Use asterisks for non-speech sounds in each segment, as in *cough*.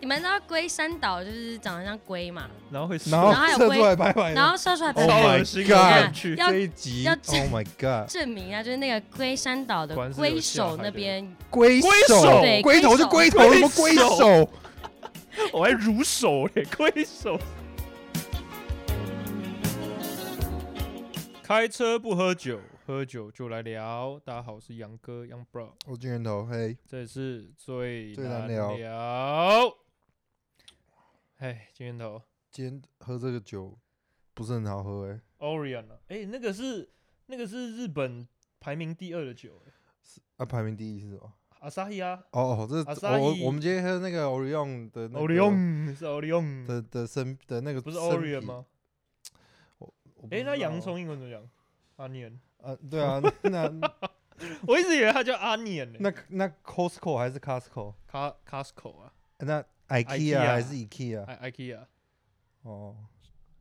你们知道龟山岛就是长得像龟嘛，然后会射，然然后还有后射龟出来白哎白然的。后射出来白 Oh 白的 my 超恶心， God 我敢去。要这一集要，Oh my God， *laughs* 证明啊，就是那个龟山岛的果然是龟有下手海那的边，龟龟手手，对龟头是龟龟头，龟什么龟手？我还如手哎、龟手。开车不喝酒，喝酒就来聊。大家好，我是杨哥杨 bro，我金人头，嘿，这里是最最难难聊聊。哎，今天头今天喝这个酒不是很好喝哎， Orion 啊，哎、那个是那个是日本排名第二的酒、欸，啊，排名第一是什么？阿萨伊啊，哦，这阿是萨伊我我们今天喝那个 Orion 的那个 Orion 是 Orion，的的生的那个不是生 Orion 啤？吗？我不哎、那知道洋葱英文怎么讲？Onion，啊，对啊，那 *laughs* 我一直以为它叫 Onion 呢、那那 Costco 还是 Costco？ Car Costco 啊那 IKEA IKEA 还是 IKEA？ ，I E 啊 *laughs* IKEA。哦，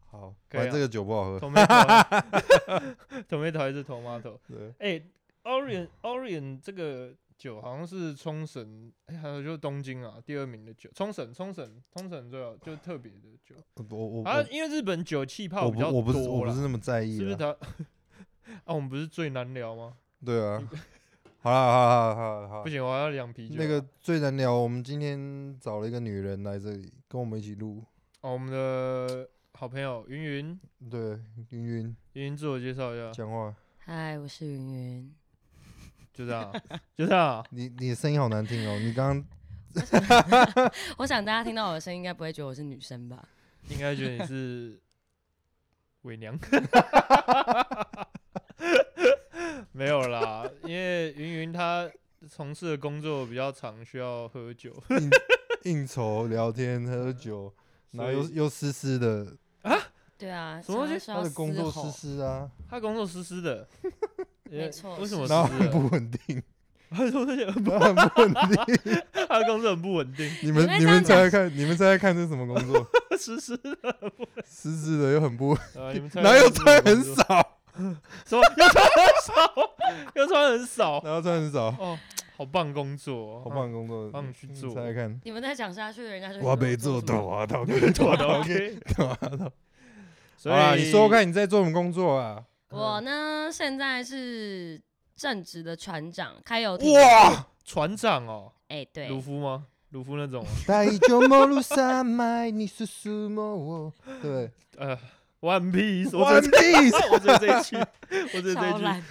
好，可以反正啊这个酒不好喝。 tomato，tomato 还是 *laughs* tomato？对，哎、o r i o n Orion 这个酒好像是冲绳，哎、还有就是东京啊，第二名的酒，冲绳，冲绳，冲绳最好就是特别的酒。我我我啊，因为日本酒气泡我比较不我不是我多不啦，是那么在意是不是啦。它？啊，我们不是最难聊吗？对啊， *laughs* 好啦好啦好啦好不啦，行，我要两啤酒。啊啊那个最难聊，我们今天找了一个女人来这里跟我们一起录。哦，我们的好朋友云云，对，云云云云自我介绍一下，讲话，嗨，我是云云，就这样啊，就这样啊。你你的声音好难听哦，你刚刚我想大家听到我的声音，应该不会觉得我是女生吧？应该觉得你是伪娘， *laughs* 没有啦，因为云云她从事的工作比较常需要喝酒，应酬、聊天、喝酒，然后所以又又湿湿的，对啊，什么东西常常他需的要工作嘶湿吼湿啊，她工作湿湿的，没错为什么我哦湿然后很湿的？ *laughs* 不稳定，她的工作很不很不稳 *laughs* 定。她的工作很不稳定，你们你会你这们样猜猜看，你们猜猜看这是什么工作？湿湿的。湿湿的又很 *laughs* 不，呃，你们猜然后又她是什么穿工很作，少， *laughs* 什么又穿很少，又穿很少，然后穿很少，哦，好棒工作哦，好棒的工作，帮你去你做猜猜看， *laughs* 你们再讲下去，人家就我没做到到。啊，到底做做的到 OK。好 *laughs* 所啦，以啊你说说看你在做什么工作啊？嗯我呢，现在是正职的船长，开游艇。哇！船长哦，哎、对，鲁夫吗？鲁夫那种哦，大就莫路三麦，你是什么 *laughs* 我？对呃，One Piece，我，One 只 *laughs* Piece，我只有这一句，我只有这超一句。懒。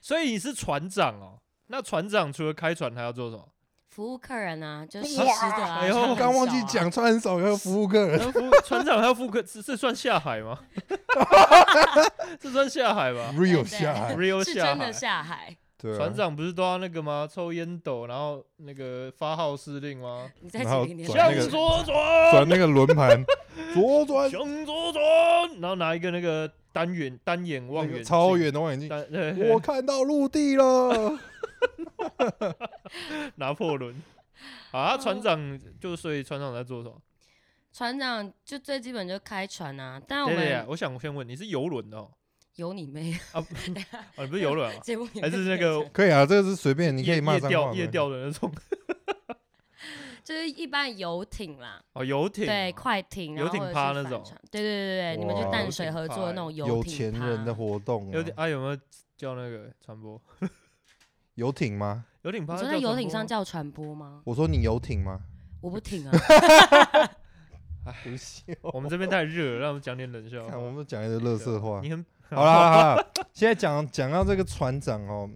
所以你是船长哦，那船长除了开船还要做什么？服务客人啊，就是湿湿哇的啊。哎呦穿很刚忘少记啊，讲，穿很少，要服务 *laughs* 客人，那服船长还要负客，这这算下海 *laughs* 吗？这算下海吧 real 对下海， ？Real 是下真的海。下海。对啊船长不是都要那个吗？抽烟斗，然后那个发号施令吗？你再然后讲一点，转向啊那个左转转，那个轮盘，左转向 *laughs* 左转，然后拿一个那个单眼单眼望那远个超镜远的望远镜，单，对我看到陆 *laughs* 地了。拿破仑。啊，船长就所以船长在做什么？船长就最基本就开船啊，但我对对，们我想先问你是游轮的哦，有你妹，啊 *laughs* 不啊，你不是游轮啊 *laughs* 节目里面还是那变成个可以啊，这个是随 *laughs* 便，你可夜以骂夜脏钓话。夜钓的那种就是一般游艇啦， *laughs* 哦，游艇对，哦快艇，然游后艇或者趴是那帆种船，对对对对，你们哇去游淡水艇合趴作的那欸种有艇钱人的趴，活动、游艇啊，啊，有没有叫那个船舶？游艇吗？游艇趴你叫说船在舶吗？游艇上叫传播吗？我说你游 *laughs* 艇吗？我不挺啊，不是，我们这边太 *laughs* 热了，让我们讲点冷笑话。 *laughs* 啊看我们讲一堆乐色话。你很 *laughs* 好啦好啦，现在讲讲到这个船长哦，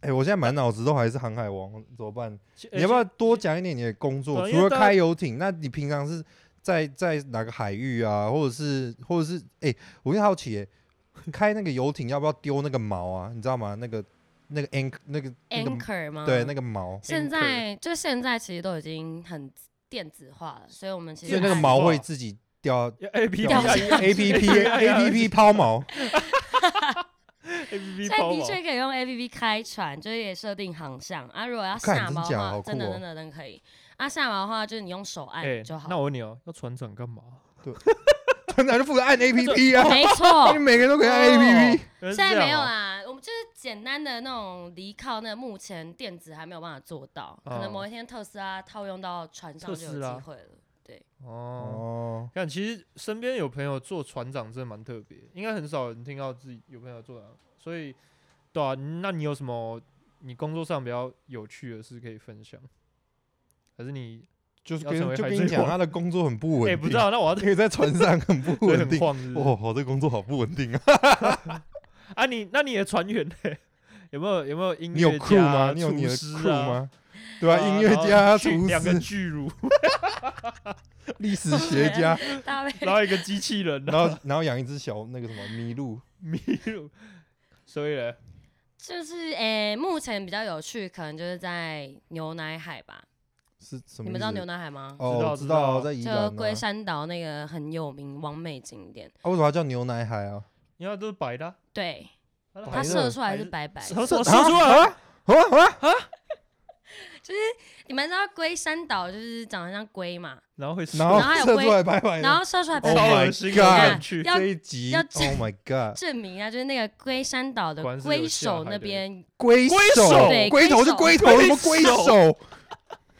哎、我现在满脑子都还是航海王，怎么办？呃你要不要多讲一点你的工作？对因为除了大家开游艇，那你平常是在在哪个海域啊，或者是或者是哎、我很好 *laughs* 奇、哎，开那个游艇要不要丢那个锚啊？你知道吗？那个那个 anchor 那个那个 anchor 吗？嗯对那个锚，现 anchor 在就现在其实都已经很电子化了，所以我们其所实以那个还锚会自己 *laughs* 掉 A P 钓 A P P A P P 抛锚。 *laughs* A P P 所啊抛以的锚，确可以用 A P P 开船，就是也设定航向啊。如果要看下真锚的假好话，酷真哦的真的真的可以。啊，下锚的话就是你用手按哎就，好。那我问你哦，要船长干嘛？船长就负责按 A P P 啊， *laughs* 没错 *laughs* 你，每个人都可以按啊 A P P。原来是哦现在这样没有啊，啦，我们就是简单的那种离靠，那个目前电子还没有办法做到，可哦能某一天特斯拉套用到船上特就有斯拉机会了。对，哦。哦，看，其实身边有朋友做船长真的蛮特别，应该很少人听到自己有朋友做船长，所以对啊，那你有什么你工作上比较有趣的事可以分享？还是你就是要跟成为就海跟贼你讲，王他的工作很不哎、稳不知定， *laughs* 道，那我要因为在船上很不稳很定。晃是不是哦，我这工作好不稳定啊！啊你，那你的船员呢？ *laughs* 有没有有没有音你有乐 crew 家啊、吗？你有你的厨师 crew 啊？吗？对吧？啊音乐然后家、巨厨两个师、巨乳，历史学 *laughs* 家，啊大卫，然后一个机器人，啊 *laughs* 然后然后养一只小那个什么麋鹿，迷路，所以呢，就是诶、目前比较有趣，可能就是在牛奶海吧。是什么意思？你们知道牛奶海吗？哦，知道我知知道道啊，在宜兰啊。就龟山岛那个很有名完美景点，啊，为什么它叫牛奶海啊？因为它都是白的啊、对，它它白的射出来是白白什么的。什么射射出来了？啊啊！你们知道龟山岛就是长得像龟嘛，然后会射然后然后还有射龟出来白白的，然后射出来 *laughs* 白 Oh 白超的。 my 恶心的 God 感去。要这一集要，Oh my God，证明啊，就是那个龟山岛的果然是有龟下海手的那边，龟龟手手对，龟头龟就手龟头，龟什么龟手手？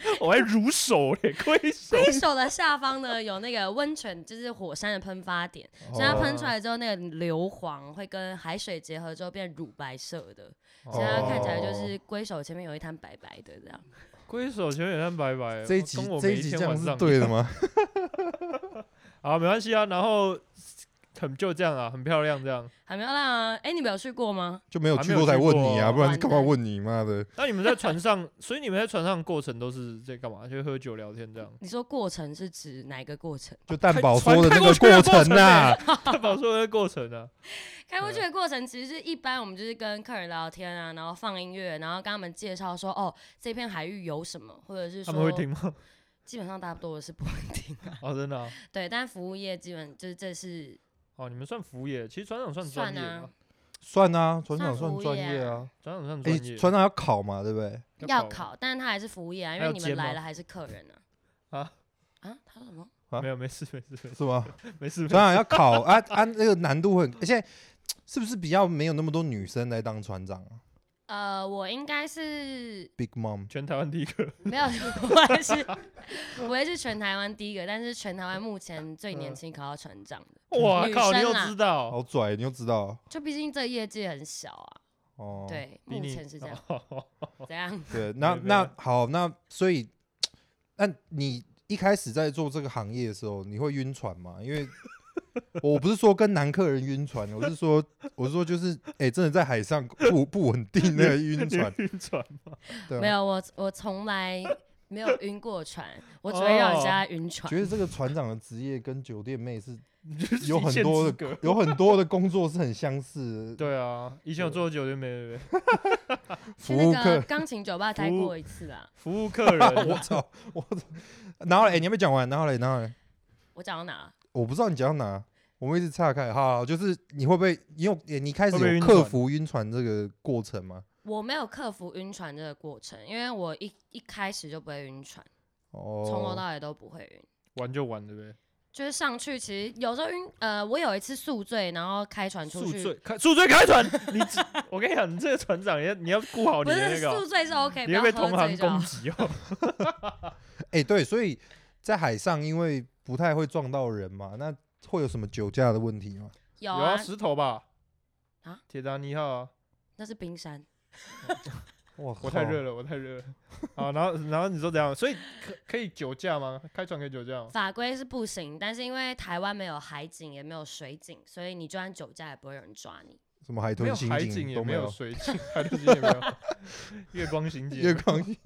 *laughs* 我还如手嘞，龟 *laughs* 手。龟手的下方呢有那个温泉，就是火山的喷发点，所以它哦喷出来之后，那个硫磺会跟海水结合之后变乳白色的，所以它哦看起来就是龟手前面有一滩白白的这样。龟手前面有点白白的。这一哎我集跟我这每一集天这晚样上是对的吗？啊，没关系啊。然后很就这样啊，很漂亮这样。很漂亮啊！哎，你们有去过吗？就没有还去没有过才去问过你啊啊，不然完干嘛蛋问你妈的？那你们在船 *laughs* 上，所以你们在船上的过程都是在干嘛？就喝酒聊天这 *laughs* 样。你说过程是指哪一个过程？就蛋开宝船说的开那过个去的过程啊程呐、 *laughs* 欸太保说的过程啊，开过去的过程其实是一般，我们就是跟客人聊天啊，然后放音乐，然后跟他们介绍说，哦，这片海域有什么，或者是他说们会听吗？基本上大多是不会听啊。哦，真的啊。对，但服务业基本就是这是哦，你们算服务业，其实船长算专算业啊吧，，算啊，船算长服算务专业业啊啊。船长算诶，专业。船长要考嘛，对不对？要考，但是他还是服务业啊，因为还有你接们来吗了还是客人啊。啊啊，他说什么？啊没有，没事，没 *laughs* 事，是吗？没事，没事。船长要考啊啊，那个难度会很。诶现在是不是比较没有那么多女生来当船长啊呃，我应该是？Big Mom 全台湾第一个，没有， *laughs* 我还是我也是全台湾第一个，但是全台湾目前最年轻考到船长的，哇女靠，你生又啦知道好拽，你就知道就毕竟这业界很小啊。哦。对，比目你前是这样，。哦怎样？对，那没有那好，那所以，那你一开始在做这个行业的时候，你会晕船吗？因 *laughs* 为我不是说跟男客人晕船，我是说，我是说就是，哎、真的在海上不不稳定 *laughs* 的晕船， *laughs* 晕船，对、啊，没，有，我我从来没有晕过船，我只会让人家晕船。觉得这个船长的职业跟酒店妹是就是有一很线多之的隔有很多的工作是很相似的，对啊，以前有做过酒店没没没，去服务那个啊客，钢琴酒吧待服务过一次啊啦。服务客人，我操，我操，然后嘞，你还没讲完，然后嘞，然后嘞。我讲到哪了？我不知道你讲到哪，我们一直岔开。好好就是你会不会，你有你开始会不会有晕克船服晕船这个过程吗？我没有克服晕船这个过程，因为我一一开始就不会晕船，从头哦，到尾都不会晕。玩就玩，对不对？就是上去，其实有时候晕，呃，我有一次宿醉，然后开船出宿去，醉开宿醉开船，你只我跟你讲，你这个船长要你要顾好不你的那是个宿哦，醉是 OK，不你要会被同喝醉行就好攻。击哦。哎、对，所以在海上因为不太会撞到人嘛，那会有什么酒驾的问题吗？有有啊，石头吧？啊，铁达尼号啊，那是冰山，哇，我太热了，我太热了。好，然后然后你说怎样？所以可可以酒驾吗？开船可以酒驾吗？法规是不行，但是因为台湾没有海警，也没有水警，所以你就算酒驾也不会有人抓你。什么海没豚有刑海警也都没没有， *laughs* 水警，海豚警也没有，月光刑警也没月有。 *laughs* 光警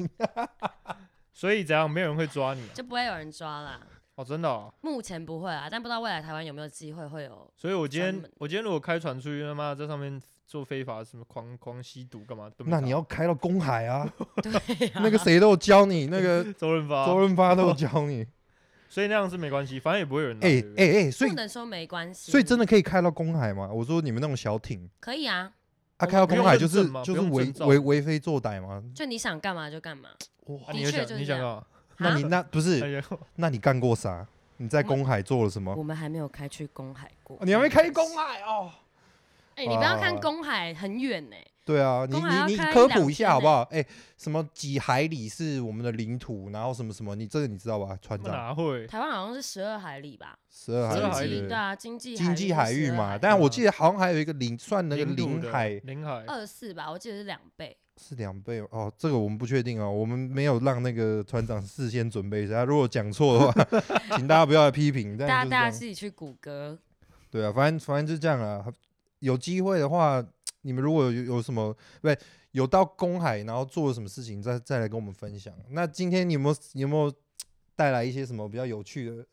所以怎样？没有人会抓你啊、就不会有人抓啦。哦，真的、哦。目前不会啊，但不知道未来台湾有没有机会会 *laughs* 有。所以我今专天门我今天如果开船出去，他妈在上面做非法什么狂狂吸毒干嘛？都没那打你要开到公 *laughs* 海啊，对啊那个谁都有教你，*laughs* 那个周润发，周润发都有教你。 *laughs* 所以那样是没关系，反正也不会有人拿。哎对不对哎哎，所以不能说没关系，所以真的可以开到公海吗？我说你们那种小艇，可以啊，它、我开到们公不海用就认证是吗就不是用为证照为为非作歹吗？就你想干嘛就干嘛。哇啊，你的也确想就是你这想样要，那啊 *laughs* 你那不是哎呦那你干过啥？你在公海做了什么？我们还没有开去公海过哦。你还没开公海哦？哎、你不要看哇公海很远呢、对啊，你公海要你你开科两普一天下好不呢好？哎、什么几海里是我们的领土，然后什么什么，你这个你知道吧？船长，哪会？台湾好像是十二海里吧？十二12海海经济里里对啊，经济经济海域嘛，但对我啊记得好像还有一个领，算那个零度领的海领海，二四吧，我记得是两倍。是两倍哦哦，这个我们不确定哦，我们没有让那个船长事先准备一下，如果讲错的话， *laughs* 请大家不要来批评。但大家是大家就是这样自己去谷歌，对啊，反正反正就这样啊。有机会的话，你们如果有有什么不是有到公海，然后做了什么事情，再再来跟我们分享。那今天你有没有你有没有带来一些什么比较有趣的、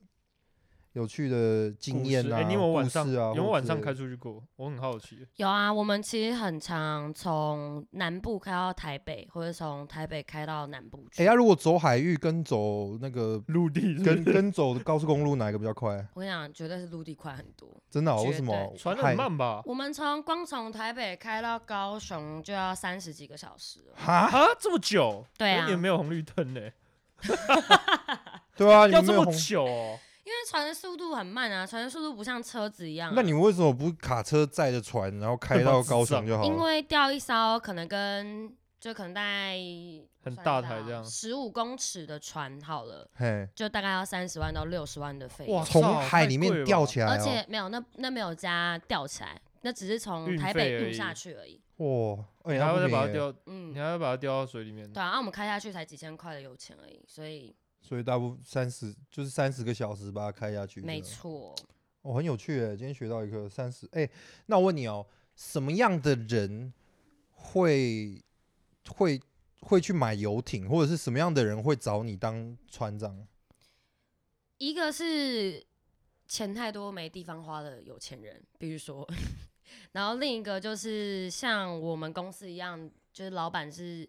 有趣的经故验事啊？哎、你有没有晚故上事啊，有没有或晚者上是开出去过？我很好奇。有啊，我们其实很常从南部开到台北，或者从台北开到南部去。哎呀，那如果走海域跟走那个陆地跟跟走高速公路哪一个比较快？我跟你讲，绝对是陆地快很多。真的、哦？绝为什么对？船海很慢吧？我们从光从台北开到高雄就要三十几个小时了。哈，啊，这么久？对啊有点没有红绿灯呢、对啊，你要们没这有么红，久哦、因为船的速度很慢啊，船的速度不像车子一样啊、那你们为什么不卡车载着船，然后开到高雄就好因了？为钓一艘可能跟就可能大概很大台这样十五公尺的船好了，嘿，就大概要三十万到六十万的费哇用，从操海哦太里贵面了吊吧起来、而哦，且没有那那没有加吊起来，那只是从运台北费而运已下去而已。哇，而且你还它会不再把便它宜耶，掉，嗯，你对还会把它掉到水里面。啊，啊我们开下去才几千块的油钱而已，所以所以大部分三十就是三十个小时把它开下去。没这样，错。哦，很有趣诶，今天学到一个三十。哎，那我问你哦，什么样的人会会会去买游艇，或者是什么样的人会找你当船长？一个是钱太多没地方花的有钱人，比如说， *laughs* 然后另一个就是像我们公司一样，就是老板是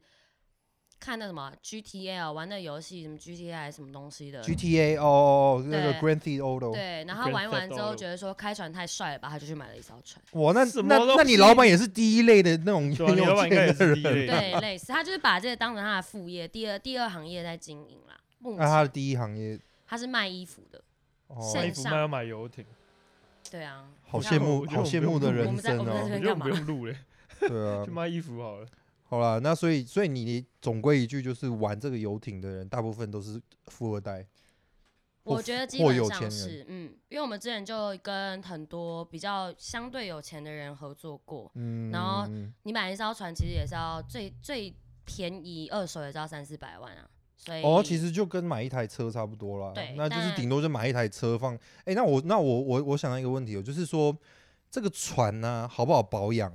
看那什么啊 GTL 玩的游戏，什么 GTA 还是什么东西的。 GTA 哦，那个呃对 Grand Theft Auto，对，然后 Grand 玩一玩 Theft 之后 Auto 觉得说开船太帅了吧，他就去买了一艘船。哇，那什那么那东你老板西也是第一类的那种对啊，很你老有板应该也钱的是第一类。人，对，类似他就是把这个当成他的副业，第二第二行业在经营啦。目那他前的第一行业，他是卖衣服的，哦，卖线衣服上卖要买游艇，对啊，好你羡看慕，我觉得好我们羡不慕用的录我人们在生我们在这，我哦边觉得我干嘛们不用录嘞、对 *laughs* 啊去，卖衣服好了。好啦，那所以所以你总归一句就是玩这个游艇的人，大部分都是富二代，或我觉得基或本有上钱人，是，嗯，因为我们之前就跟很多比较相对有钱的人合作过。嗯，然后你买一艘船，其实也是要最最便宜二手也是要三四百万啊，所以哦，其实就跟买一台车差不多啦对，那就是但顶多就买一台车放，哎，那我那我我我想到一个问题哦，就是说这个船呢好不好保养，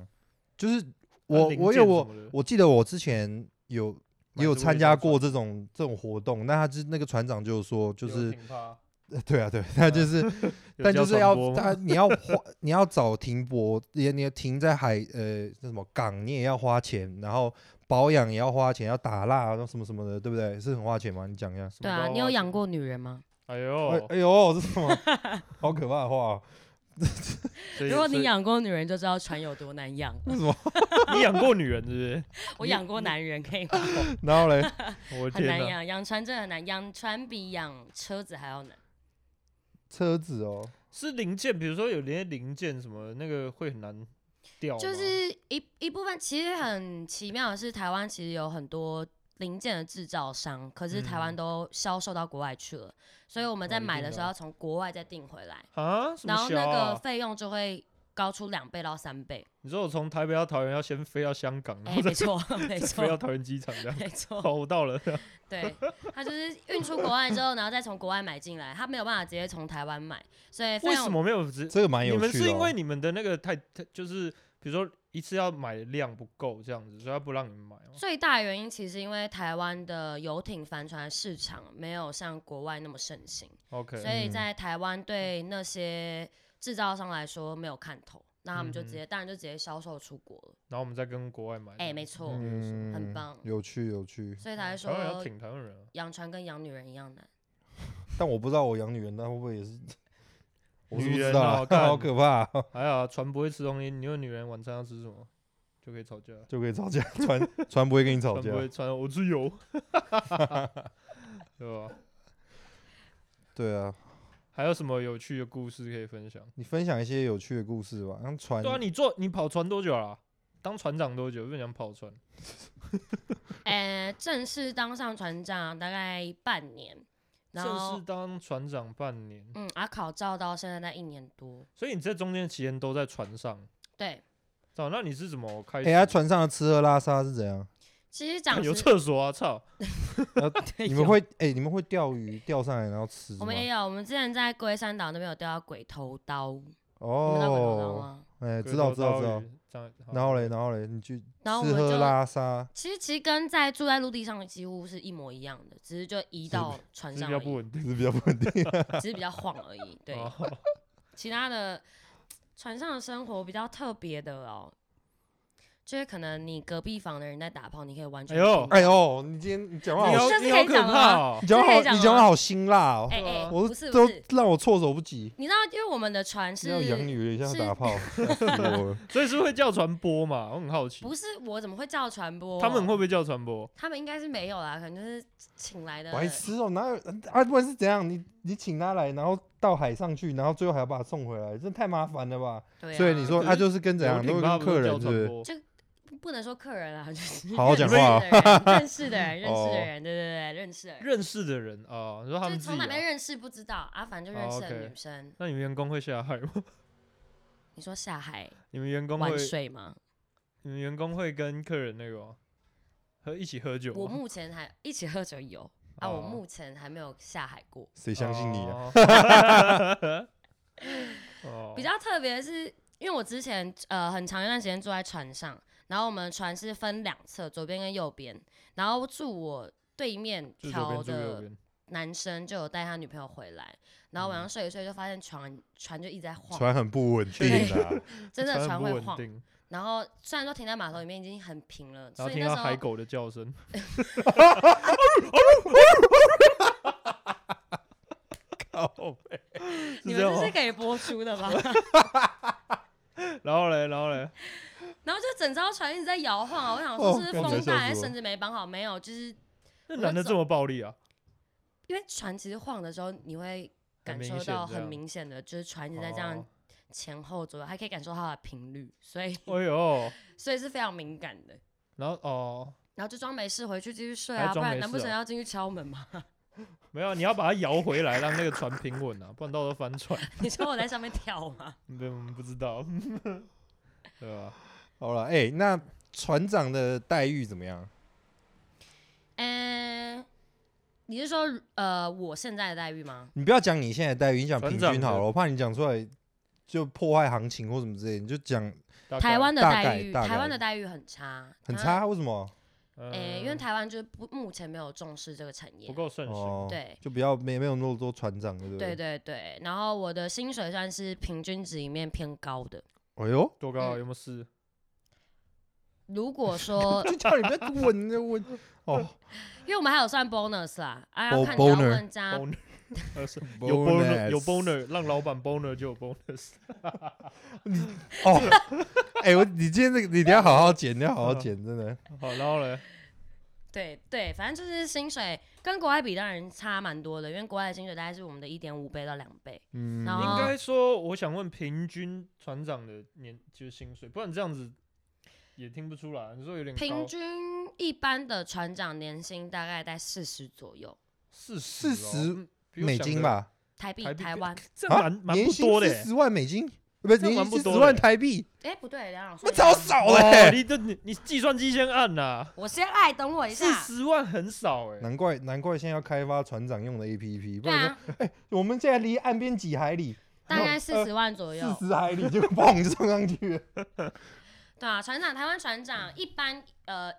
就是我啊零我件有什我么的我记得我之前有。买也有这个参卫加生船过这种这种活动，那他就那个船长就说，就游是 *laughs* 艇趴对啊，对，他就啊是有但交就是传要播吗他， *laughs* 你要花，你要找停泊，你你停在海呃那什么港，你也要花钱，然后保养也要花钱，要打蜡，啊那什么什么的，对不对？是很花钱吗？你讲一下。对啊，你有养？过女人吗？哎哎呦，哎呦，这是什么好可怕的话、啊？所以如果你所以养过女人，就知道船有多难养。 *laughs* 为什么？你养过女人是我养过男人，可以吗？然后 *laughs* 嘞，不是？我的很天难哪！养，养船真的很难，养船比养车子还要难。车子哦，是零件，比如说有连零件什么的那个会很难掉吗，就是一一部分，其实很奇妙的是，台湾其实有很多零件的制造商，可是台湾嗯都销售到国外去了，所以我们哦在一买定的的时候啊要从国外再订回来，啊，什么然后小那个啊？费用就会高出两倍到三 *laughs* 倍。你说我从台北到桃园要先飞到香港，然哎、后再没 *laughs* 错，没飞 *laughs* 错，到哎桃园机场这样。没错，哦，我到了，对，它就是运出国外之后，然后再从国外买进来，它没有办法直接从台湾买，所以费为什用么没有直？这个蛮有你趣的、们哦。是因为你们的那个太太就是，比如说一次要买的量不够这样子，所以他不让你们买吗？最大的原因其实因为台湾的游艇帆船市场没有像国外那么盛行。所 OK，以嗯在台湾对那些制造商来说没有看头，那他们就直嗯哼接，当然就直接销售出国了，然后我们再跟国外买。哎没哦错嗯，很棒有趣有趣。所以才会台湾人哦要说挺台湾人啊。养船跟养女人一样难。但我不知道我养女人，那会不会 *laughs* 也是？我是不女知人道哦啊，干好可怕啊、还好啊船不会吃东西，你问女人晚餐要吃什么，就可以吵架。就可以吵架，船船不会跟你吵船架不。会穿，我是 *laughs* 油，对吧？对啊，还有什么有趣的故事可以分享？你分享一些有趣的故事吧，像船对啊，你做你跑船多久啦、当船长多久？不想跑船，呃，正式当上船长大概半年，然正后式当船长半年，嗯，啊，考照到现在在一年多，所以你这中间期间都在船上。对，操，那你是怎么开哎、始？他船上的吃喝拉撒是 *laughs* 怎样？其实讲有实，厕所啊！操，你们会哎、你们会钓鱼钓上来然后吃我吗？们也有，我们之前在龟山岛那边有钓到鬼头刀，你们知道鬼头刀哦，吗？哎、知道知道知道。道。然后嘞，然后嘞，你去然后我吃们喝就拉撒，其实其实跟在住在陆地上几乎是一模一样的，只是就移是到船 *laughs* 是上比而较已不稳定。是比较不稳定。只是比较晃而已。对，哦其他的船上的生活比较特别的哦，就是可能你隔壁房的人在打炮，你可以完全哎呦听到 *laughs* 哎呦，你今天你讲话你好要，好这是你可好以可讲的怕吗哦！你讲话好，这可以讲你讲话吗好辛辣哦，哎哎，我不是都不是，让我措手不及。你知道，因为我们的船是要养女人像是打 *laughs* 炮，吓死我了所以是会叫传播嘛？我很好奇，不是我怎么会叫传播？他们会不会叫传播？他们应该是没有啦，可能就是请来的。白痴哦、哪有啊？不然是怎样？你你请他来，然后到海上去，然后最后还要把他送回来，这太麻烦了吧？对啊，所以你说可他是就是跟怎样，游艇都会吧跟不客叫人是不传是？播，不能说客人啊，就是好好讲话认识的人认识的人，认识哦的人，对对对，认识的人。认识的人啊，你说他就们是自从己哪边啊。认识不知道，啊，反正就认哦识的，OK 女生。那你们员工会下海吗？ *laughs* 你说下海你们员工会玩水吗？你们员工会跟客人那个吗喝一起喝酒吗？我目前还一起喝酒有啊，我哦目前还没有下海过。谁相信你啊？ *laughs* 啊？哦，比较特别的是，因为我之前呃很长一段时间住在船上，然后我们船是分两侧，左边跟右边，然后住我对面就左调边住右的边，嗯男生就有带他女朋友回来，然后晚上睡一睡就发现船船就一直在晃，船很不稳定啊，真的船船不会稳晃。定，然后虽然说停在码头里面已经很平了，然所后以听那到时候海狗的叫声， *laughs* 靠你们是这样这是吗？可以播出的吧？然后嘞，然后嘞， *laughs* 然后就整艘船一直在摇晃啊，我想哦说是不是感觉风大笑还死是我绳子没绑好？没有，就是那我男的走这么暴力啊？因为船其实晃的时候，你会很感明受显到这很样明显的，就是船一直在这样哦前后左右，还可以感受它的频率，所以哎呦，所以是非常敏感的。然后哦，然后就装没事回去继续睡还啊，不装然没难不事成哦要进去敲门吗？ *laughs* 没有，你要把它摇回来，让那个船平稳啊，不然到时候翻船。你说我在上面跳 *laughs* 吗？对，我们不知道， *laughs* 对吧？ *laughs* 好了，哎、那船长的待遇怎么样？嗯，你是说呃我现在的待遇吗？你不要讲你现在的待遇，你讲船平长均好的了，我怕你讲出来就破坏行情或什么之类，你就讲大台概，湾的大待概遇，大台湾概的待遇很差，很它。差，为什么？嗯诶、因为台湾就是不目前没有重视这个产业不，够盛行，哦，对就不要没没有那么多船长，对不对对对。然后我的薪水算是平均值里面偏高的。哎呦，多高啊？嗯有没有四？如果 *laughs* 说，就叫你不要稳的稳哦，因为我们还有算 bonus 啦，啊，要 Bo- 看你要 boner 问加 *laughs* Boner 呃是 *laughs* 有 bonus，有 bonus，让老板 bonus 就有 bonus。 *laughs* 哦， *laughs* 哎、我你今天这个你等一下好好剪，你要好好嗯剪，真的。好，然后嘞，对对，反正就是薪水跟国外比，当然差蛮多的，因为国外的薪水大概是我们的一点五倍到两倍。嗯，然应后该说，我想问平均船长的年就是薪水，不然这样子也听不出来。你说有点平高，均一般的船长年薪大概在四十左右四四十哦嗯十美金，吧，台币，台币台湾。这啊蛮蛮年不薪多的四欸。十万美金，不是这年蛮不薪四多十的万台币，哎、不对，梁老师，那超少欸哦，嘞、你这你你计算机先按呐，我先爱，等我一下四。十万很少哎。难怪难怪现在要开发船长用的 APP，不对然说、啊，我们现在离岸边几海里，大概四呃十万左右。四十海里就砰就冲上去 *laughs* 了。对啊，船长，台湾船长一般呃，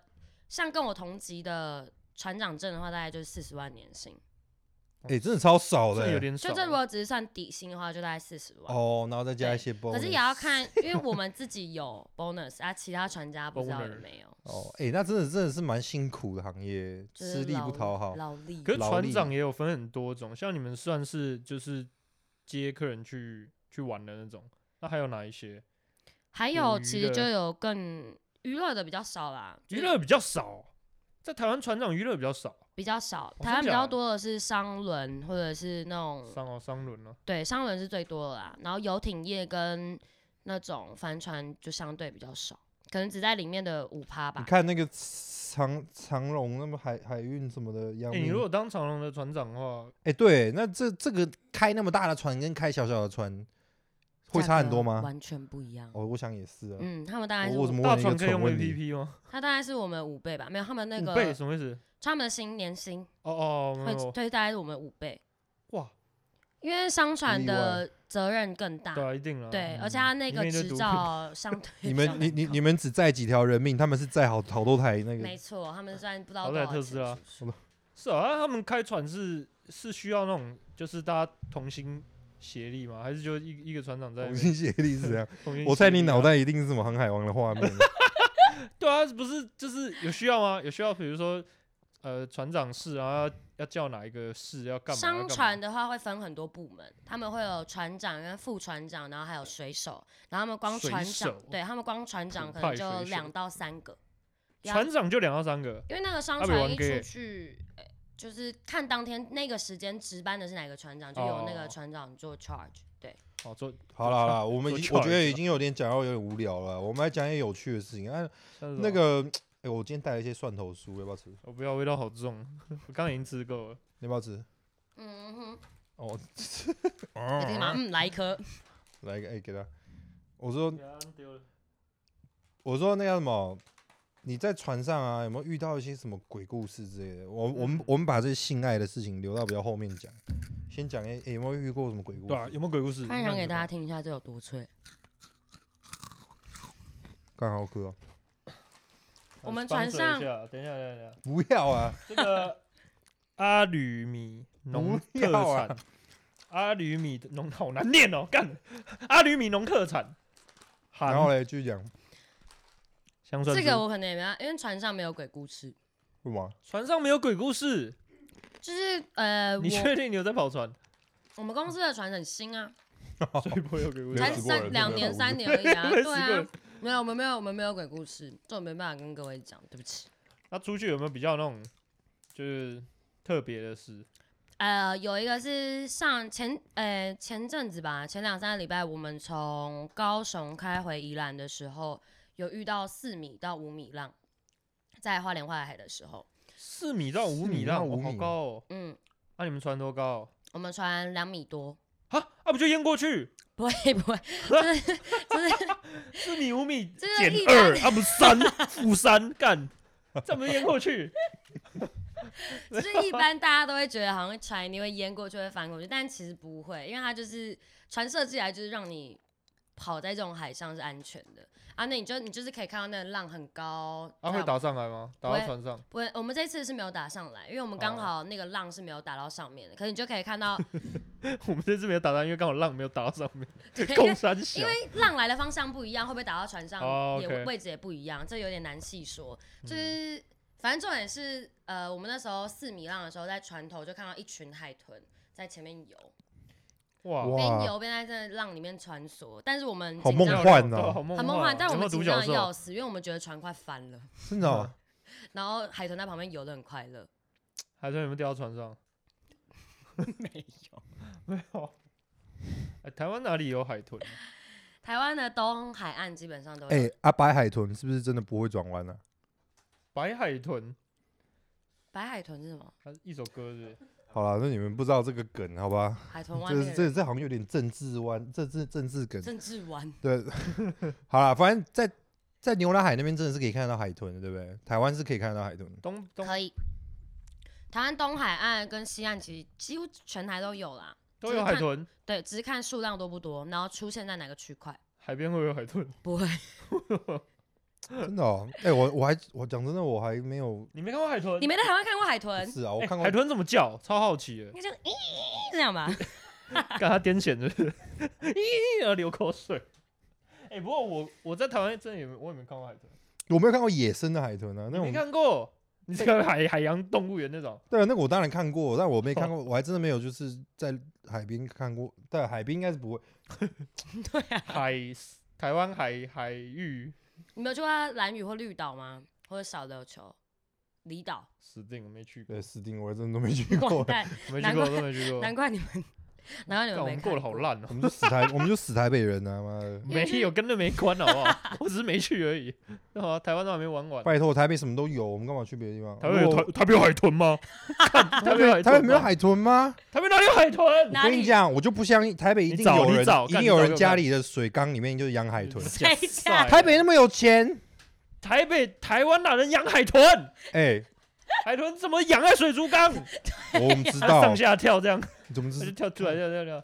像跟我同级的船长证的话，大概就是四十万年薪。哎、真的超少的、这有欸，点少就这如果只是算底薪的话，就大概四十万。哦，然后再加一些 bonus，可是也要看，因为我们自己有 bonus 啊，其他船家不知道有 Bonus 没有，哦，哎、那真的真的是蛮辛苦的行业，就是吃力劳不讨好。劳力可。是劳船力长也有分很多种，像你们算是就是接客人去去玩的那种，那还有哪一些？还有有娱其实乐就有更娱乐的比较少啦，就娱是乐比较少，在台湾船长娱乐比较少，比较少，哦真台湾比假较的多的是商轮或者是那嗯种商哦商轮啊，对商轮是最多的啦，然后游艇业跟那种帆船就相对比较少，可能只在里面的五趴你吧。看那个长长荣那么海海运什么的，杨哎、明，你如果当长龙的船长的话，哎、对，那这这个开那么大的船跟开小小的船会价差很格多吗？完全不一样。哦，我想也是啊。嗯，他们大概是我为什我么大问了一船个可以蠢用问题？ APP 吗？他大概是我们五倍吧，没有他们那五倍个什么意思？他们的薪年薪哦哦，没会有，对，大概是我们五倍，哇，因为商船意的责任更大对。啊，一定啊，对，而且嗯他那里个面就执毒照相对 *laughs* 你比们较你难你考你们只载几条人命，他们是载好好多台那个没错，他们虽然不知道好多歹少特斯钱拉出去是啊，那他们开船是是需要那种就是大家同心协力吗？还是就一一个船长在同心协力是这样。 *laughs* 同心 *laughs* 我猜协你力啊脑袋一定是什么航海王的 *laughs* 画面，对啊，不是就是有需要吗？有需要，比如说呃，船长室，然后要要叫哪一个室要干嘛？要商干嘛船的话会分很多部门，他们会有船长跟副船长，然后还有水手，然后他们光水船长手，对他们光船长土可派能水就手两到三个，要船长就两到三个，因为那个商阿北船玩一 gay 出去，呃就是看当天那个时间值班的是哪个船长，就由那哦个船长做 charge。对，好哦做好了好 *laughs* 了，我们做已经我觉 charge 得啊已经有点讲到有点无聊了，我们来讲一些有趣的事情。啊，那那个，哎、我今天带了一些蒜头酥，要不要吃？我不要，味道好重， *laughs* 我刚刚已经吃够了。要不要吃？嗯哼， *laughs* 哦，你可以吗？嗯，来一颗。来一个，哎、给他。我说，啊丢了，我说那叫什么？你在船上啊，有没有遇到一些什么鬼故事之类的？我我们嗯我们把这些性爱的事情留到比较后面讲，先讲哎、欸有没有遇过什么鬼故对啊，事？有没有鬼故事？他想给大家听一下这有多脆。刚好哥、哦，我们船上等一下，等一下，不 *laughs* 要啊！这个阿吕米农不特要啊产，阿吕米的农好难念哦，干，阿吕米农特产，然后好，嘞，继续讲，香蒜这个酥我可能也没办法，因为船上没有鬼故事，为什么？船上没有鬼故事，就是呃，你我确定你有在跑船？我们公司的船很新啊，哦所以不会有鬼故没事有才死过人三对两 *laughs* 没有年死三年而已啊，对没有死啊，没有，我们没有，我们没有鬼故事，这我没办法跟各位讲，对不起。那出去有没有比较那种就是特别的事？呃，有一个是上前呃前阵子吧，前两三个礼拜，我们从高雄开回宜兰的时候，有遇到四米到五米浪，在花莲花海的时候，四米到五四米米到浪，五哦好米高哦。嗯，那、你们船多高？我们船两米多， *laughs* 啊啊，不就淹过去？不会不会，就是就是四米五米这个减一般二，啊不是三 *laughs* 负三，干，这样不就淹 *laughs* 过去？就是一般大家都会觉得好像船一定会淹过去会翻过去，但其实不会，因为它就是船设计来就是让你跑在这种海上是安全的啊。那你就你就是可以看到那个浪很高，啊，在会打上来吗？打不到会船上？我我们这次是没有打上来，因为我们刚哦好那个浪是没有打到上面的，可是你就可以看 *laughs* 到，我们这次没有打到，因为刚好浪没有打到上面， *laughs* 对共三小因。为浪来的方向不一样，会不会打到船上哦也 OK 嗯位置也不一样，这有点难细说。就是、反正重点是，呃，我们那时候四米浪的时候，在船头就看到一群海豚在前面游，哇，哇边游边在这浪里面穿梭，但是我们好紧梦张对得幻对哦好梦啊很梦幻，但我有没们有独紧角张的要兽？死，因为我们觉得船快翻了，真的、哦？然后海豚在旁边游的很快乐。海豚有没有掉到船上？没有， *laughs* 没有。哎，台湾哪里有海豚啊？台湾的东海岸基本上嗯都有。哎、阿白海豚是不是真的不会转弯啊？白海豚，白海豚是什么？它一首歌是不是好了，那你们不知道这个梗，好吧？海豚湾这恋人这这好像有点政治弯，政治政治梗。政治湾，对， *laughs* 好啦，反正在在牛栏海那边真的是可以看得到海豚的，对不对？台湾是可以看得到海豚的。 *laughs* 东东可以。台湾东海岸跟西岸其实几乎全台都有啦，都有海豚，对，只是看数量多不多，然后出现在哪个区块。海边会有海豚。不会，真的哦，哎、我我还我讲真的，我还没有。你没看过海豚？你没在台湾看过海豚？是啊，我哎看过、海豚怎么叫？超好奇 *laughs* 的应，该就咦这样吧？干它癫痫的， *laughs* 咦，要流口水。哎，不过我我在台湾真的也没我也没看过海豚，我没有看过野生的海豚啊，那你没种看过？你是看海海洋动物园那种？ *laughs* 对啊，那个我当然看过，但我没看过，哦我还真的没有就是在海边看过。但海边应该是不会，对啊，海台湾海海域你没有去过蓝屿或绿岛吗？或者小琉球？离岛，死定了，没去过对，，死定我还真的都没去完 *laughs* 过，蛋，没去难过怪都没去过，难怪你 *laughs* 们，难怪你们干我没们过看得好烂哦我，们就死台，我们就死台北人啊，妈的！因为没就是有跟那没关好 *laughs* 不好？我只是没去而已，对啊，台湾都还没玩完，拜托，台北什么都有，我们干嘛去别的地方？台湾有我台台北有海豚 *laughs* 吗？看台北有海台北豚没有吗，海豚吗？台北哪里有海豚？哪我跟你里讲，我就不相信台北一你定找有你人找，一干定你有找人给我家看里的水缸里面就是养海 *laughs* 豚。谁家 *laughs* 台北那么有钱，台北台湾哪能养海豚？哎，海豚怎么养在水族缸？我们 *laughs* 知它道上，下跳这样，你怎么它就知？跳出来跳跳跳。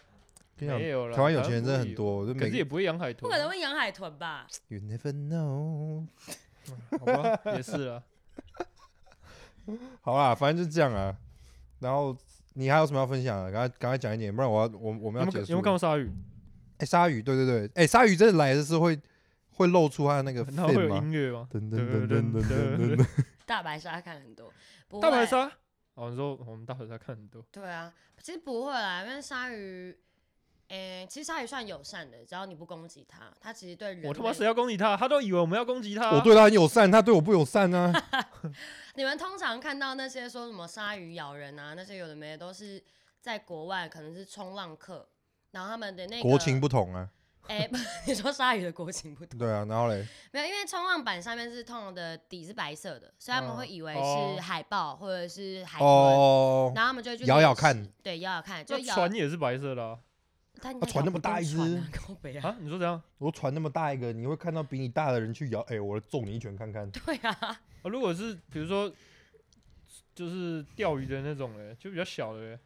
跟你没讲，有了，台湾有钱人真的不会很有，多，就可每是个也不会养海豚不啊可能会养海豚吧？ You never know。好吧， *laughs* 也是啊。好啦，反正就这样啊。然后你还有什么要分享的？赶快赶快讲一点，不然我要我我有们没要有啊结看有束没有看过了。鲨鱼？哎，鲨鱼，对对对，哎，鲨鱼真的来的时候会会露出它的那个然后 *laughs* 会 fin 有吗？音乐吗？噔噔噔噔噔 *laughs* 噔噔。大白鲨看很多，不大白会鲨。哦，你说我们大白鲨看很多，对啊，其实不会啦，因为鲨鱼，诶、其实鲨鱼算友善的，只要你不攻击它，它其实对人类。我他妈谁要攻击他？他都以为我们要攻击他。我对它很友善，它对我不友善啊。你们通常看到那些说什么鲨鱼咬人啊，那些有的没的，都是在国外可能是冲浪客，然后他们的 *laughs* 那个国情不同啊，哎、 *laughs* 不你说鲨鱼的国情不同，对啊，然后嘞，没有，因为冲浪板上面是通常的底是白色的，所以他们嗯会以为哦是海豹或者是海豚，哦，然后他们就会去咬猎咬食看，对，咬咬看，就那咬。船也是白色的啊？但应啊该船咬那么不动大一船只 *laughs* 啊，靠北啊啊你说怎样？我船那么大一个，你会看到比你大的人去咬，哎，我揍你一拳看看。对啊，啊，如果是比如说就是钓鱼的那种嘞，就比较小的嘞。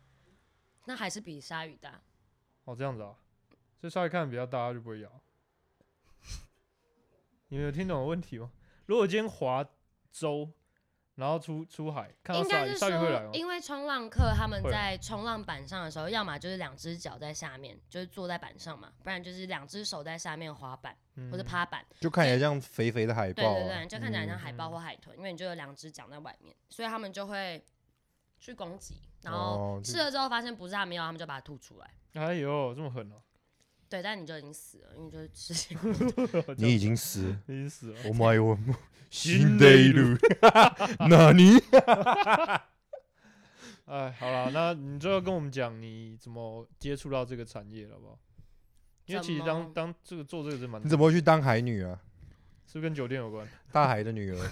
那还是比鲨鱼大。哦，这样子啊，所以鲨鱼看得比较大，它就不会咬。你们有听懂我问题吗？如果今天划舟，然后出出海看到应鲨该鱼，是鲨鱼会来说吗，？因为冲浪客他们会在冲浪板上的时候，要么就是两只脚在下面，就是坐在板上嘛，不然就是两只手在下面滑板嗯或者趴板。就看起来像肥肥的海对豹、啊，对对，就看起来像海豹嗯或海豚，因为你就有两只脚在外面，所以他们就会去攻击，然后哦，就吃了之后发现不是他们要，他们就把它吐出来。哎呦，这么狠哦、对，但你就已经死了，因为就是吃 *laughs* 你已经死了。 *laughs* 已经死了。 Oh my god！新新的的一一路路， *laughs* 那你哎，好啦，那你就要跟我们讲你怎么接触到这个产业了，好不好？因为其实怎当么当这个做这个是蛮你难，怎么会去当海女啊？是不是跟酒店有 *laughs* 关？大海的女儿，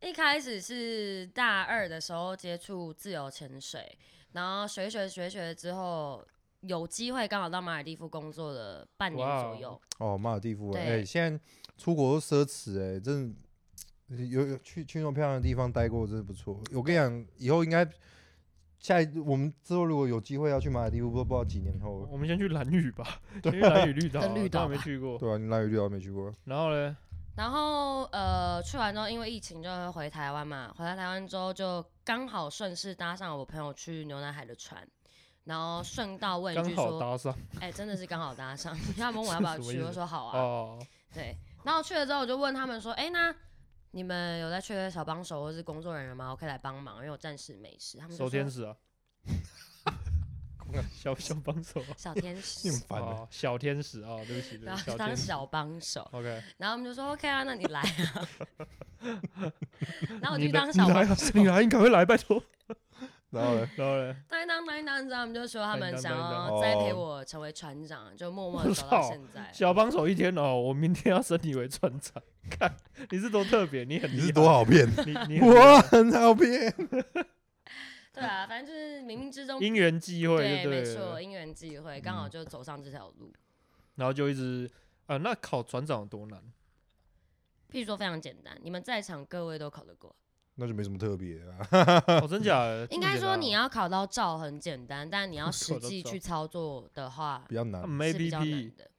一开始是大二的时候接触自由潜水，然后学学学学之后，有机会刚好到马尔地夫工作了半年哇左哦右。哦，马尔蒂夫啊，哎、对现在出国都奢侈哎、真的有有去去那种漂亮的地方待过，真的不错。我跟你讲，以后应该下一我们之后如果有机会要去马尔蒂夫，不知道不知道几年后了，我们先去蓝屿 *laughs* 吧，先去蓝屿绿岛啊，跟绿当岛然没吧去过。对啊，你哪有地方没去过？然后嘞，然后呃，去完之后因为疫情就会回台湾嘛，回来台湾之后就刚好顺势搭上我朋友去牛奶海的船，然后顺道问一刚句好说，搭上哎、真的是刚好搭上， *laughs* 他们问我要不要是什么去，意思我说好啊，哦，对。然后去了之后我就问他们说，哎、那你们有在缺小帮手或是工作人员吗？我可以来帮忙，因为我暂时没事。他们就说守天使 *laughs* 啊，小小帮手啊小天你使 *laughs* 很，烦的、哦，小天使啊，对不起，对然不后 *laughs* 就起，小当天使。小帮手， OK，然后他们就说 OK 啊，那你来啊，然后我你就来当小你来帮啊手，你来，你赶快来，拜托。 *laughs* 然 *laughs* 后呢？然后嘞，当一当当一当之后，他们就说他们想当一当要当栽培哦我成为船长，就默默地走到现在。小帮手一天哦，我明天要升你为船长。看你是多特别，你很你厉是害多，好骗， *laughs* 你你很厉害我很好骗。对啊，反正就是冥冥之中因缘际会对，就没了错，因缘际会，刚好嗯就走上这条路。然后就一直啊，那考船长有多 *laughs* 难？譬如说非常简单，你们在场各位都考得过。那就没什么特别啊。 *laughs* 哦，真假的？应该说你要要考到照很简单，但你 *laughs* 要实考到际照去操作的话比较啊难。是比较 APP 难的。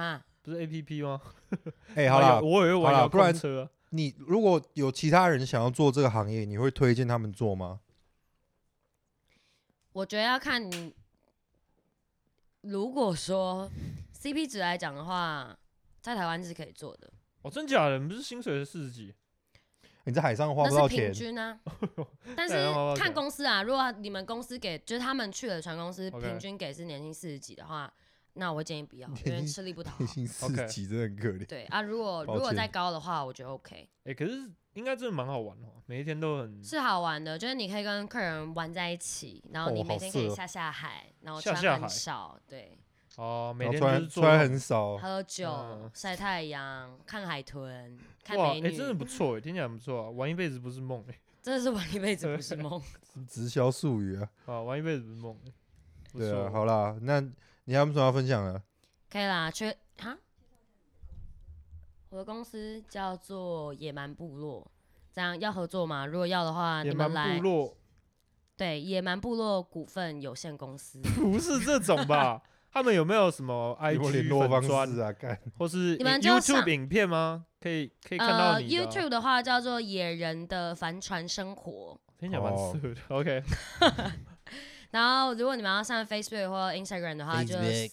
啊，不是 APP 吗？啊哎、好了，我以为玩好啦遥不然控车啊。你如果有其他人想要做这个行业，你会推荐他们做吗？我觉得要看你，如果 *laughs* 说 CP 值来讲的话，在台湾是可以做的，哦，真假的？你不是薪水是四十几？你在海上花那不到是平钱，均 *laughs* 啊，但对那花是不到看钱公司啊。如果你们公司给，就是他们去的船公司 OK 平均给是年薪四十几的话，那我建议不要，因年为薪吃力不讨好已。经四 OK 级，真的很可怜。对啊，如果抱如果歉再高的话，我觉得 OK。哎、可是应该真的蛮好玩的哦，每一天都很是好玩的，就是你可以跟客人玩在一起，然后哦你好每天可以色哦下下海，然后下穿下海很少，对，哦，每然天后突就是然突做然那种很少，喝酒、嗯晒太阳、看海豚、看哇，美哎、女，真的不错哎，听起来很不错啊，玩一辈子不是梦哎，真的是玩一辈 *laughs* 子不是梦。直销术语啊。啊，玩一辈子不是梦哎，不对啊，错，好啦，那你还有什么要分享的？可以啦，去哈。我的公司叫做野蛮部落，这样要合作吗？如果要的话，野你们蛮来部落对野蛮部落股份有限公司，不是这种 *laughs* 吧？他们有没有什么有没有 IG 联络粉方砖式啊？干，或是你们影就上 YouTube 影片吗？可以可以看到呃你的啊、 ，YouTube 的话叫做野人的帆船生活。听起来蛮哦色的。OK，然后，如果你们要上 Facebook 或 Instagram 的话，就 Facebook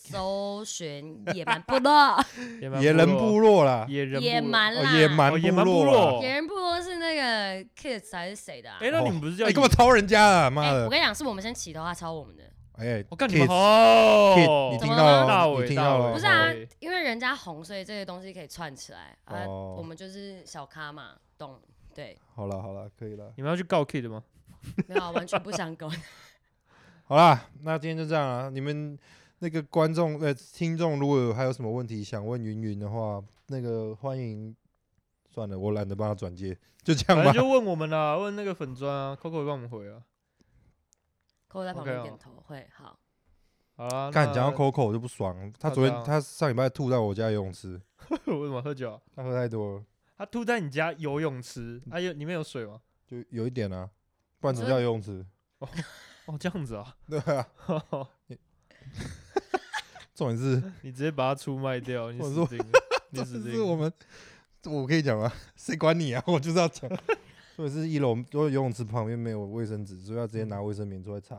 搜寻野蛮部 *laughs* 落，野蛮野人部部落啦，野人野部落蛮哦啦，野哦蛮野蛮部落落啊。野人部落是那个 Kids 还是谁的、啊？哎，那你们不是叫哎，野？干嘛掏人家啊？妈哎的我！跟你讲，是我们先起头，他抄我们的。哎，我看你们 kids，哦 kids，你怎听么到了大了吗？伟你听到大了伟吗？不是啊对，因为人家红，所以这些东西可以串起来啊。哦我们就是小咖嘛，懂？对，好了好了，可以了。你们要去告 Kid 吗？没有啊，完全不相 *laughs* 关。好啦，那今天就这样了。你们那个观众呃听众，如果有还有什么问题想问云云的话，那个欢迎。算了，我懒得帮他转接，就这反样吧正。就问我们啦，问那个粉砖啊，Coco 会帮我们回啊。可我在旁 OK 边哦点头，会好。好 *laughs* 啊，看那讲到 Coco 我就不爽，他那昨这天样他上礼拜吐在我家游泳池， *laughs* 为什么喝酒啊？他喝太多了，他吐在你家游泳池，哎有里面有水吗？就有一点啊，不然怎么所以叫游泳池？哦，这样子啊， *laughs* 对啊，重点是你直接把它出卖掉，你我死说 *laughs* 定了，你这死是定我了。们，我可以讲吗？ *laughs* 谁管你啊？我就是要讲。 *laughs* 所以是一楼，因为游泳池旁边没有卫生纸，所以要直接拿卫生棉出来擦。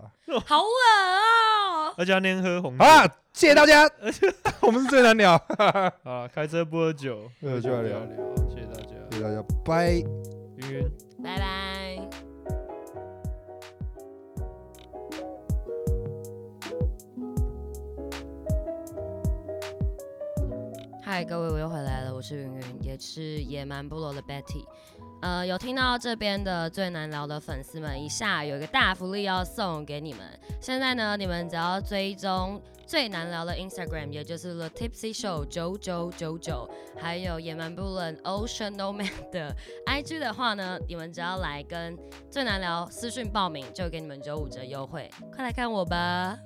好恶哦、而且他那天喝红酒好啦，谢谢大 *laughs* 家，我们是最难 *laughs* 聊，啊，开车不喝酒，没有就来聊聊，聊，谢谢大家，谢谢大家，啊拜。云云。拜拜。嗨，各位，我又回来了，我是云云，也是野蛮部落的 Betty。呃，有听到这边的最难聊的粉丝们，以下有一个大福利要送给你们。现在呢，你们只要追踪最难聊的 Instagram，也就是 The Tipsy Show 九九九九，还有野蛮部落 Ocean No Man 的 IG 的话呢，你们只要来跟最难聊私讯报名，就给你们九五折优惠，快来看我吧。